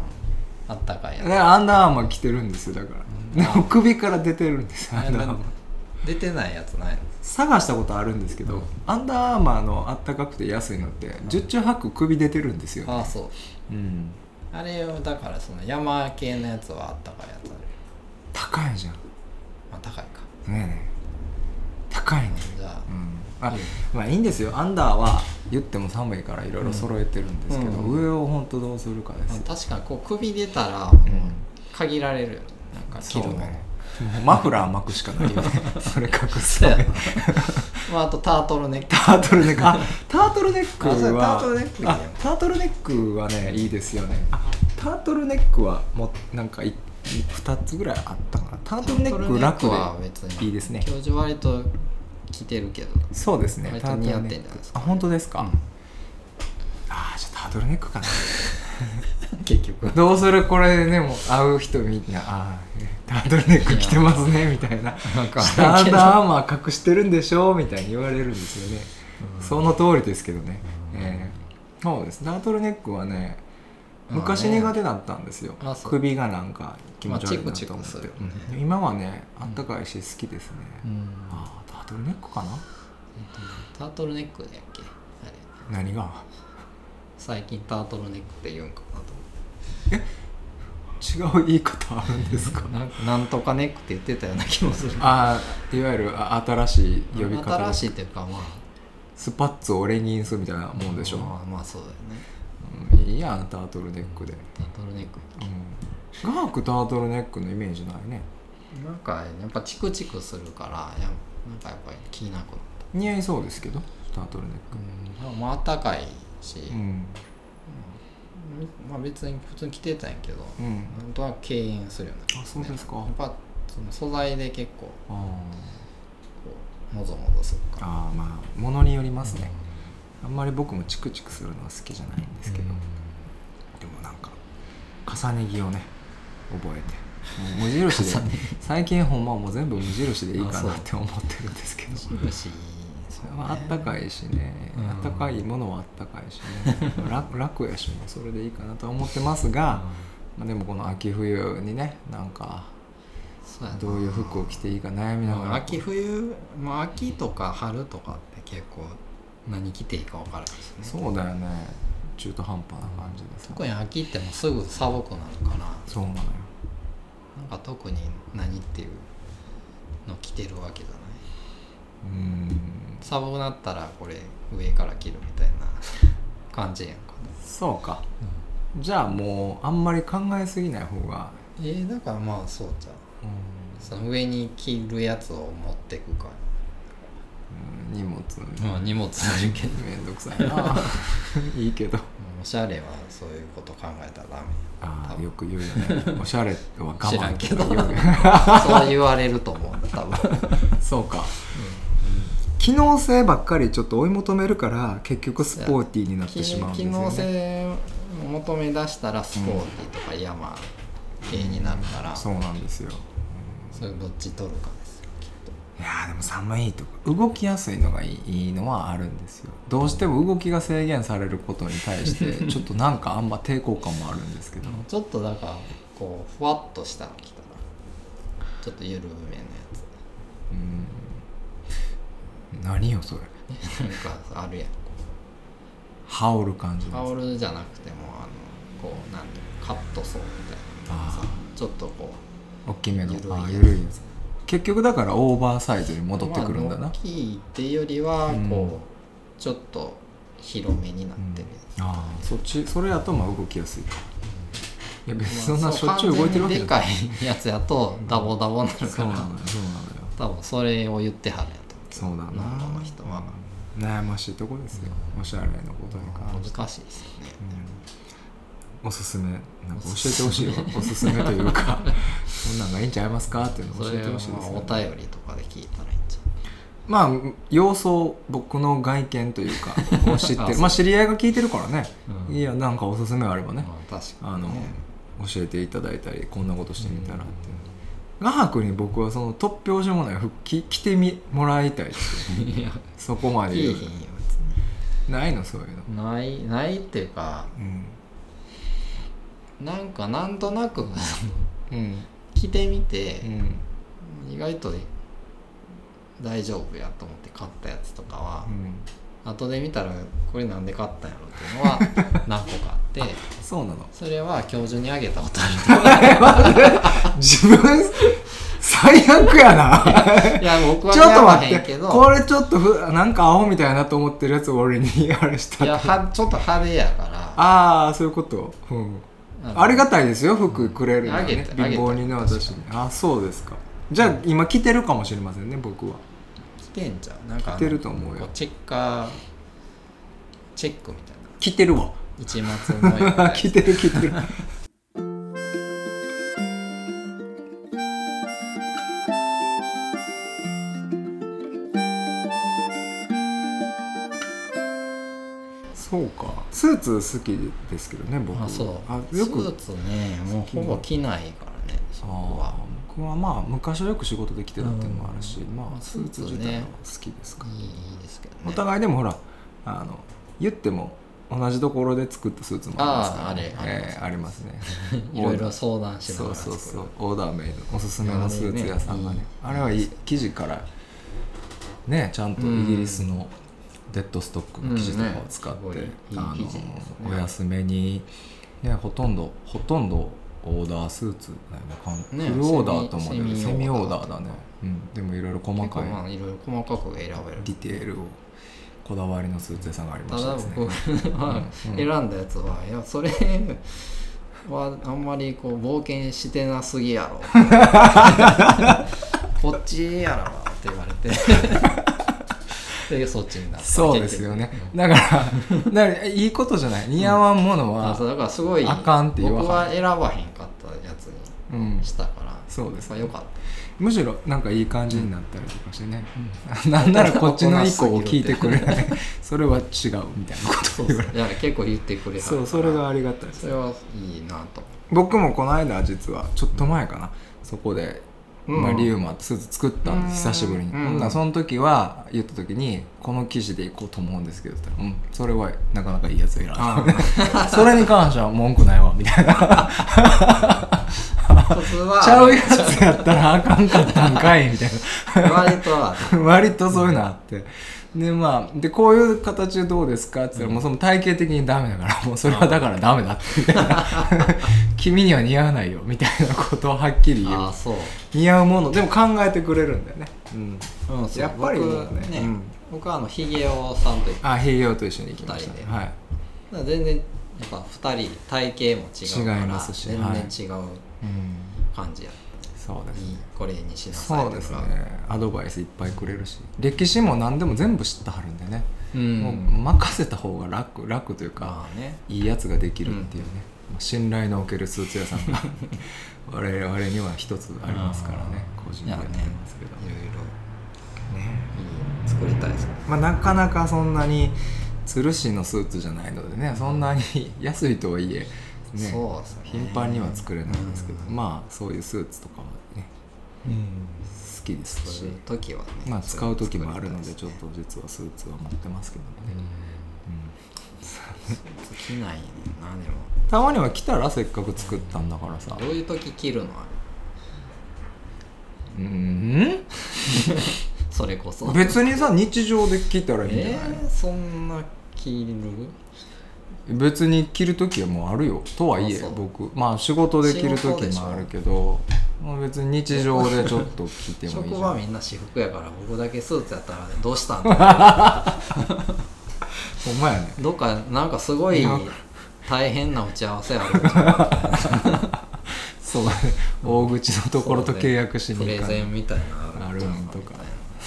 Speaker 2: あったかいや
Speaker 1: だからアンダーアーマー着てるんですよだからでも首から出てるんですよアンダーアーマー
Speaker 2: つ出てないやつないの
Speaker 1: 探したことあるんですけど、
Speaker 2: うん
Speaker 1: アンダーアーマーのあったかくて安いのって十中八九首出てるんですよ、
Speaker 2: ああそう
Speaker 1: うん
Speaker 2: あれをだからその山系のやつはあったかいやつある、
Speaker 1: 高いじゃん
Speaker 2: まあ、高いか
Speaker 1: ねえ高いね
Speaker 2: じゃあ
Speaker 1: うんあ
Speaker 2: いいよ
Speaker 1: まあいいんですよアンダーは言っても寒いからいろいろ揃えてるんですけど、
Speaker 2: うん
Speaker 1: 上を本当どうするかですよ、
Speaker 2: 確かにこう首出たらもう限られるよねなんか着
Speaker 1: そう
Speaker 2: るもの、
Speaker 1: ねもうマフラー巻くしか ないよねそれ隠す
Speaker 2: そ
Speaker 1: た
Speaker 2: うや
Speaker 1: め
Speaker 2: なまああとタートルネック
Speaker 1: タートルネックあタートルネック
Speaker 2: あそう
Speaker 1: は
Speaker 2: タートルネックいいね
Speaker 1: あタートルネックはねいいですよねあタートルネックはもうなんかい2つぐらいあったかなタートルネック楽
Speaker 2: は別
Speaker 1: で
Speaker 2: に
Speaker 1: いいですね
Speaker 2: 教授割と着てるけど
Speaker 1: そうですね
Speaker 2: 割と
Speaker 1: タートルネ
Speaker 2: 似合って
Speaker 1: ッ
Speaker 2: んじゃない
Speaker 1: ク
Speaker 2: ですか
Speaker 1: あ本当ですか、あーじゃあタートルネックかな
Speaker 2: 結局
Speaker 1: どうするこれでねもう会う人みんなあータートルネック着てますねみたいな
Speaker 2: なんか
Speaker 1: 下ア
Speaker 2: ある
Speaker 1: ン
Speaker 2: け
Speaker 1: ダ
Speaker 2: ど
Speaker 1: ーアーマー隠してるんでしょみたいに言われるんですよね、その通りですけどね、えーそうですタートルネックはね
Speaker 2: まあね
Speaker 1: 昔苦手だったんですよ、
Speaker 2: あそう
Speaker 1: 首がなんか気持ち悪いなと思
Speaker 2: まあチクチク
Speaker 1: っ
Speaker 2: す
Speaker 1: て、
Speaker 2: るよね
Speaker 1: うん今はねあったかいし好きですね、
Speaker 2: うん
Speaker 1: あータートルネックかな
Speaker 2: タートルネックだっけあれ
Speaker 1: 何が
Speaker 2: 最近タートルネックって言うんかなと思っ
Speaker 1: 違う言い方あるんですか
Speaker 2: てなんなんとかネックって言ってたような気もする
Speaker 1: あーいわゆるあ新しい呼び方
Speaker 2: 新しいっていうかまあ
Speaker 1: スパッツをレギンスみたいなもんでしょ、
Speaker 2: まあまあそうだよね
Speaker 1: うんいいやんタートルネックで、
Speaker 2: タートルネック
Speaker 1: うん、ガークタートルネックのイメージないね
Speaker 2: なんかやっぱチクチクするからやなんかやっぱり気になくなっ
Speaker 1: 似合いそうですけどタートルネッ
Speaker 2: た、うん、まああったかいし、
Speaker 1: クうん、
Speaker 2: まあ別に普通に着てたんやけど、
Speaker 1: うん、
Speaker 2: なんとなく敬遠するような
Speaker 1: あそうですか
Speaker 2: やっぱその素材で結構こ
Speaker 1: あー
Speaker 2: うもぞもぞするから
Speaker 1: あーまあものによりますねあんまり僕もチクチクするのは好きじゃないんですけど、でもなんか重ね着をね覚えてもう無印で最近ほんまもう全部無印でいいかなって思ってるんですけどそ
Speaker 2: 無印そ
Speaker 1: れはあったかいしね、
Speaker 2: うん
Speaker 1: あったかいものはあったかいしね楽楽やしもうそれでいいかなとは思ってますが、まあ、でもこの秋冬にねなんか
Speaker 2: そうやな
Speaker 1: どういう服を着ていいか悩みなが
Speaker 2: ま
Speaker 1: ら
Speaker 2: あ秋冬、まあ、秋とか春とかって結構何着ていいか分からないですね
Speaker 1: そうだよね中途半端な感じですね
Speaker 2: 特に秋ってもうすぐ寒くなるから
Speaker 1: そうなのよ
Speaker 2: なんか特に何っていうの着てるわけじゃないう
Speaker 1: ーん
Speaker 2: 寒くな ったらこれ上から着るみたいな感じやんか
Speaker 1: そうか、じゃあもうあんまり考えすぎない方が、
Speaker 2: えーだからまあそうじゃんその上に着るやつを持ってくか
Speaker 1: うん、荷物、
Speaker 2: まあ荷物あるけど
Speaker 1: めんどくさい ないいけど
Speaker 2: おしゃれはそういうこと考えたらダメ
Speaker 1: ああよく言うよね おしゃれは我慢
Speaker 2: 知らんけど
Speaker 1: とか言うよね
Speaker 2: そう言われると思うんだ多 分
Speaker 1: そうか、機能性ばっかりちょっと追い求めるから結局スポーティーになって
Speaker 2: 機
Speaker 1: しまうんです
Speaker 2: 機
Speaker 1: よね
Speaker 2: 能性を求め出したらスポーティーとか山系になるから、
Speaker 1: そうなんですよ
Speaker 2: それどっち取るかですよきっ
Speaker 1: いやーでも寒いとか動きやすいのがいいいいのはあるんですよどうしても動きが制限されることに対してちょっとなんかあんま抵抗感もあるんですけど
Speaker 2: とちょっとだからこうふわっとしたのきたらちょっと緩めのや
Speaker 1: うん何よそれ
Speaker 2: つなんかあるやん
Speaker 1: 羽織る感じです
Speaker 2: タオルじゃなくてもあのこうなんていうのカットソーみたいなのさ
Speaker 1: あ
Speaker 2: ちょっとこ
Speaker 1: 大きめの
Speaker 2: 緩いやつ
Speaker 1: あー緩いやつ結局だからオーバーサイズに
Speaker 2: う
Speaker 1: 戻ってくるんだ
Speaker 2: まあ
Speaker 1: な
Speaker 2: 大、きいっていうよりはこう、
Speaker 1: うん
Speaker 2: ちょっと広めになっ
Speaker 1: うん
Speaker 2: てるやつ、
Speaker 1: ああそっちそれやとまあ動きやすいかいや別にそん
Speaker 2: ま
Speaker 1: な
Speaker 2: あ
Speaker 1: しょっちゅう動いてるわけじゃない
Speaker 2: 完全にでかいやつやとダボダボになる
Speaker 1: そ
Speaker 2: か
Speaker 1: う
Speaker 2: ら
Speaker 1: なのよそうなのよ
Speaker 2: 多分それを言ってはるやと
Speaker 1: そうだな
Speaker 2: 女の人は
Speaker 1: 悩ましいとこですよおしゃれのことに関して、
Speaker 2: 難しいですよね、
Speaker 1: うんおすすめなんか教えてほ しいわおすすめというかこんなんがいいんちゃいますかっていうの
Speaker 2: そ
Speaker 1: 教え
Speaker 2: れ
Speaker 1: て
Speaker 2: を
Speaker 1: ほしいですよね
Speaker 2: まあお便りとかで聞いたらいいんじ
Speaker 1: まあ様相僕の外見というかを知って
Speaker 2: あ
Speaker 1: る
Speaker 2: そう
Speaker 1: まあ知り合いが聞いてるからね、
Speaker 2: うん
Speaker 1: いやなんかおすすめあれば
Speaker 2: ゃ
Speaker 1: ね
Speaker 2: ん、、まあ、確か
Speaker 1: あ
Speaker 2: に
Speaker 1: の
Speaker 2: ね
Speaker 1: 教えていただいたりこんなことしてみたらっていう、画伯に僕はその突拍子もない服着着てみもらいたいっていう
Speaker 2: いや
Speaker 1: そこまで
Speaker 2: い
Speaker 1: 言
Speaker 2: いよ
Speaker 1: う
Speaker 2: 別に
Speaker 1: ないのそういうの、
Speaker 2: ないないっていうか
Speaker 1: うん
Speaker 2: なんかなんとなく
Speaker 1: うん
Speaker 2: 着てみて
Speaker 1: う、ん
Speaker 2: 意外と大丈夫やと思って買ったやつとかは、
Speaker 1: うん
Speaker 2: 後で見たらこれなんで買ったんやろっていうの は何個かあって
Speaker 1: そうなの
Speaker 2: それは教授にあげたことある
Speaker 1: 自分最悪やな
Speaker 2: いや僕は
Speaker 1: ちょっと
Speaker 2: やら
Speaker 1: 待
Speaker 2: へ
Speaker 1: っ
Speaker 2: んけ
Speaker 1: て
Speaker 2: ど
Speaker 1: これちょっとふなんかアホみたいなと思ってるやつを俺に あれした
Speaker 2: いやはちょっと派手やから
Speaker 1: ああそういうこと、うん、ありがたいですよ服くれるのは
Speaker 2: あげ
Speaker 1: ね
Speaker 2: た
Speaker 1: 貧乏人の私にあそうですかじゃあ今着てるかもしれませんね僕は
Speaker 2: 着てんじゃんなんかあの
Speaker 1: 着てると思うよ
Speaker 2: こチェッカーチェックみたいな
Speaker 1: 着てるわ
Speaker 2: 一末 模様みたいな
Speaker 1: 着てる着てるそうかスーツ好きですけどね僕
Speaker 2: あそう
Speaker 1: あよく
Speaker 2: スーツねもうほぼ着ないからね
Speaker 1: あ
Speaker 2: 僕
Speaker 1: ー
Speaker 2: は
Speaker 1: 僕はまあ昔はよく仕事で来てたっていうのもあるし、ま
Speaker 2: ま
Speaker 1: あ
Speaker 2: あ
Speaker 1: スーツ自体は好きですか、
Speaker 2: いいいいですけどね
Speaker 1: お互いでもほらあの言っても同じところで作ったスーツもありますから、ね、
Speaker 2: あーあれ
Speaker 1: えーありますね
Speaker 2: いろいろ相談しな
Speaker 1: そ
Speaker 2: が
Speaker 1: う
Speaker 2: ら
Speaker 1: そうそう
Speaker 2: 作る
Speaker 1: オーダーメイドおすすめのスーツ屋さんがねあ
Speaker 2: あ
Speaker 1: れ
Speaker 2: れね
Speaker 1: はいい生地からねちゃんとイギリスのデッドストックの生地とかを使って、
Speaker 2: うんねす
Speaker 1: あ
Speaker 2: ごいいい生地です
Speaker 1: のお
Speaker 2: ね
Speaker 1: 安めに、ね、ほとんどほとんどオーダースーツだよねかん
Speaker 2: ね
Speaker 1: フルオーダーと思うんだけど
Speaker 2: セ
Speaker 1: セ
Speaker 2: ミ
Speaker 1: ミオーダー
Speaker 2: セミオーダーと
Speaker 1: だ
Speaker 2: か
Speaker 1: ね、うん、でもいろいろ細
Speaker 2: 結
Speaker 1: か
Speaker 2: 構
Speaker 1: い
Speaker 2: まあいろいろ細かく選べる
Speaker 1: ディテールをこだわりのスーツ屋さんがありま
Speaker 2: た
Speaker 1: した
Speaker 2: だ
Speaker 1: ですね
Speaker 2: 僕 は
Speaker 1: うん
Speaker 2: 選んだやつはいやそれはあんまりこう冒険してなすぎや ろこっちやろって言われてでそっちになった
Speaker 1: そうですよねだからだからいいことじゃない似合わんもの
Speaker 2: あ
Speaker 1: は、
Speaker 2: そうだからすごい
Speaker 1: あかんって言わはん
Speaker 2: 僕は選ばへんかったやつに
Speaker 1: うん、
Speaker 2: したから
Speaker 1: そうです
Speaker 2: まあよかった
Speaker 1: むしろなんかいい感じになったりとかしてね、 なんならこっちの意向を聞いてくれない それは違うみたいなこと
Speaker 2: そ
Speaker 1: を
Speaker 2: う
Speaker 1: 言
Speaker 2: そう
Speaker 1: われる
Speaker 2: いや結構言ってくれはる
Speaker 1: そうそれがありがたいです
Speaker 2: それはいいなと
Speaker 1: 僕もこの間実はちょっと前かなそこで、
Speaker 2: うん
Speaker 1: まあ、リウマってスーツ作ったんです
Speaker 2: うん
Speaker 1: 久しぶりに、
Speaker 2: うん
Speaker 1: ほんならその時は言った時に「この生地でいこうと思うんですけど」って言ったらうんそれはなかなかいいやつ選んだ それに関しては文句ないわ」みたいな
Speaker 2: 普通 は
Speaker 1: 「ちゃうやつやったらあかんかったんかい」みたいな
Speaker 2: 割とは
Speaker 1: 割とそういうのあってでまあでこういう形どうですかって言ったら、もうその体型的にダメだから もうそれはだからダメだって みたいな君には似合わないよみたいなことをはっき り言
Speaker 2: ああ
Speaker 1: う
Speaker 2: そう
Speaker 1: 似合うものでも考えてくれるんだよね、うん、
Speaker 2: うんそう
Speaker 1: やっぱりもう
Speaker 2: 僕
Speaker 1: ね
Speaker 2: ね、
Speaker 1: うん
Speaker 2: 僕はあのヒゲをさんと行っ
Speaker 1: あ併用と一緒に行きました
Speaker 2: 二
Speaker 1: ね
Speaker 2: 人で
Speaker 1: はい
Speaker 2: た全然やっぱ2人体型も違うから
Speaker 1: 違いますし
Speaker 2: 全然違う
Speaker 1: うん、
Speaker 2: 感じや、
Speaker 1: そうで
Speaker 2: い
Speaker 1: す
Speaker 2: い
Speaker 1: ね
Speaker 2: これにしなさい
Speaker 1: そ
Speaker 2: と
Speaker 1: う
Speaker 2: か
Speaker 1: ですねアドバイスいっぱいくれるし歴史も何でも全部知ってはるんでね、
Speaker 2: うん
Speaker 1: もう任せた方が楽楽というか
Speaker 2: まあね
Speaker 1: いいやつができるっていうね、信頼のおけるスーツ屋さんが我々には一つありますからね個人
Speaker 2: い
Speaker 1: で
Speaker 2: や
Speaker 1: やっ
Speaker 2: ね
Speaker 1: てますけど
Speaker 2: い
Speaker 1: ね
Speaker 2: ろいろいいの作りたいですね
Speaker 1: まあ、なかなかそんなに吊るしのスーツじゃないのでねそんなに 安いとはいえ、ね、
Speaker 2: そうですね
Speaker 1: 頻繁には作れないんですけど、
Speaker 2: うん
Speaker 1: まあそういうスーツとかはね
Speaker 2: うん
Speaker 1: 好きですし
Speaker 2: そういう時はね
Speaker 1: まあ使う時もあるのでち
Speaker 2: 作
Speaker 1: ょっ
Speaker 2: りたい
Speaker 1: と実はスーツは持ってますけども
Speaker 2: すね
Speaker 1: ね、
Speaker 2: うん着ないねんなでも
Speaker 1: うんたまには来たらせっかく作ったんだからさ
Speaker 2: どういう時着るのあれ
Speaker 1: うん
Speaker 2: それこそ
Speaker 1: 別にさ日常で着たらいいんじゃ
Speaker 2: え
Speaker 1: ない、
Speaker 2: ー、そんな着る
Speaker 1: 別に着る時はもうあるよとはいえ
Speaker 2: あそう
Speaker 1: 僕まあ仕事で着る時もあるけどまあ別に日常でちょっと着てもいい
Speaker 2: 職
Speaker 1: じゃ
Speaker 2: 場
Speaker 1: ん
Speaker 2: みんな私服やから僕だけスーツやったらどうした んだ
Speaker 1: ほんまやね
Speaker 2: どっかなんかすごい
Speaker 1: いや
Speaker 2: 大変な打ち合わせある
Speaker 1: そうだね大口の ところと契約し
Speaker 2: プ
Speaker 1: に
Speaker 2: レ
Speaker 1: 行か
Speaker 2: ゼ
Speaker 1: な
Speaker 2: ンみたいな
Speaker 1: あるんと
Speaker 2: みた
Speaker 1: か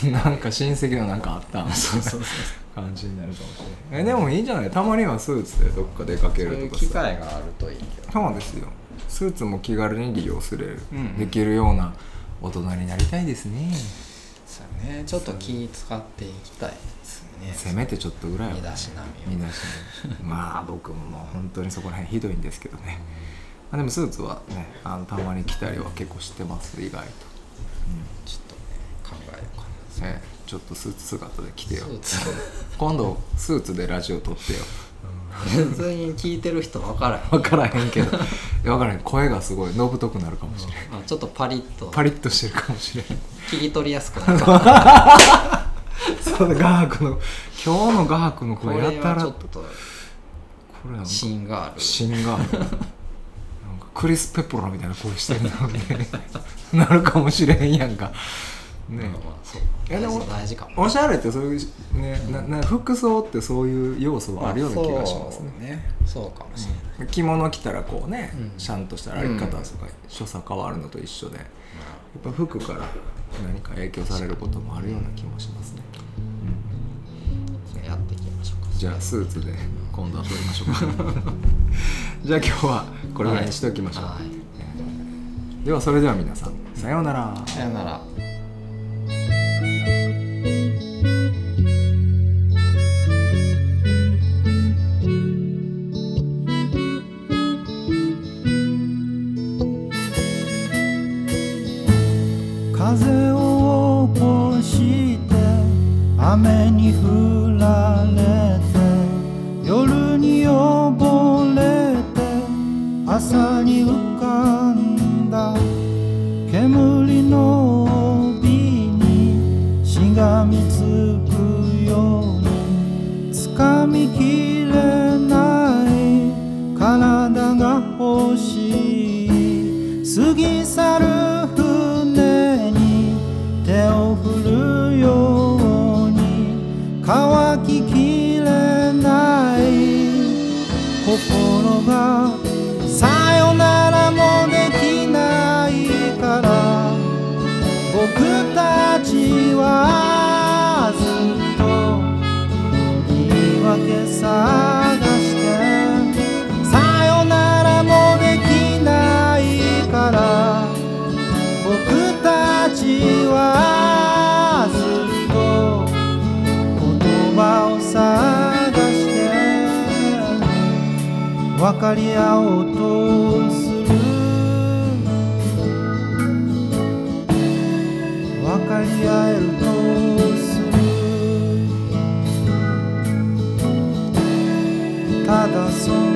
Speaker 2: いな
Speaker 1: なんか親戚のなんかあったん
Speaker 2: そうそうそう
Speaker 1: 感じになるかもしれないえでもいいんじゃないたまにはスーツでどっか出かけ
Speaker 2: そうい
Speaker 1: る
Speaker 2: う
Speaker 1: とか
Speaker 2: 機
Speaker 1: さ
Speaker 2: 会があるといいけど
Speaker 1: そうですよスーツも気軽に利用する、
Speaker 2: うんうん
Speaker 1: できるような大人になりたいですね
Speaker 2: そうねちょっと気使っていきたいですね
Speaker 1: せめてちょっとぐらいは
Speaker 2: 身だしなみ
Speaker 1: 身
Speaker 2: を
Speaker 1: だしなみまあ僕ももう本当にそこら辺ひどいんですけどね、まあ、でもスーツはねあのたまに着たりは結構してます意外と、
Speaker 2: ちょっとね考えようかな
Speaker 1: ええちょっとスーツ姿で着てよ
Speaker 2: スーツ
Speaker 1: 今度スーツでラジオ撮ってよ
Speaker 2: 全然聞いてる人分からへん
Speaker 1: 分からへんけど 分からへん声がすごいのぶとくなるかもしれない、
Speaker 2: あちょっとパリッと
Speaker 1: パリッとしてるかもしれない
Speaker 2: 聞き取りやすくなるから
Speaker 1: そうだ画伯の今日の画伯の
Speaker 2: こ
Speaker 1: 声
Speaker 2: れ
Speaker 1: やた
Speaker 2: は
Speaker 1: ら
Speaker 2: ちょっ
Speaker 1: ことれなんか
Speaker 2: 芯がある
Speaker 1: 芯があるなんかクリス・ペプラみたいな声してるのになるかもしれんやんかね
Speaker 2: まあまあそう
Speaker 1: えでも
Speaker 2: 大事大事かも
Speaker 1: おしゃれってそういうねなな服装ってそういう要素はあるような気がしますね
Speaker 2: そうかもしれない、
Speaker 1: 着物着たらこうね、
Speaker 2: うん
Speaker 1: シャンとした歩き方とか所作変わるのと一緒でやっぱ服から何か影響されることもあるような気もしますね、
Speaker 2: やっていきましょうか
Speaker 1: じゃあスーツで今度は撮りましょうか じゃあ今日はこれぐらいにしておきましょう、
Speaker 2: はい
Speaker 1: ではそれでは皆さんさようなら、
Speaker 2: さよなら
Speaker 3: 風を起こして雨に降られて夜に溺れて朝に浮かんだ煙の帯にしがみつくように掴みきれない体が欲しい過ぎ去る船に手を振るように乾ききれない心がさよならもできないから僕たちはずっと言い訳探してさよならもできないから僕たちはずっと言葉を探して分かり合おうとする分かり合えるとするただその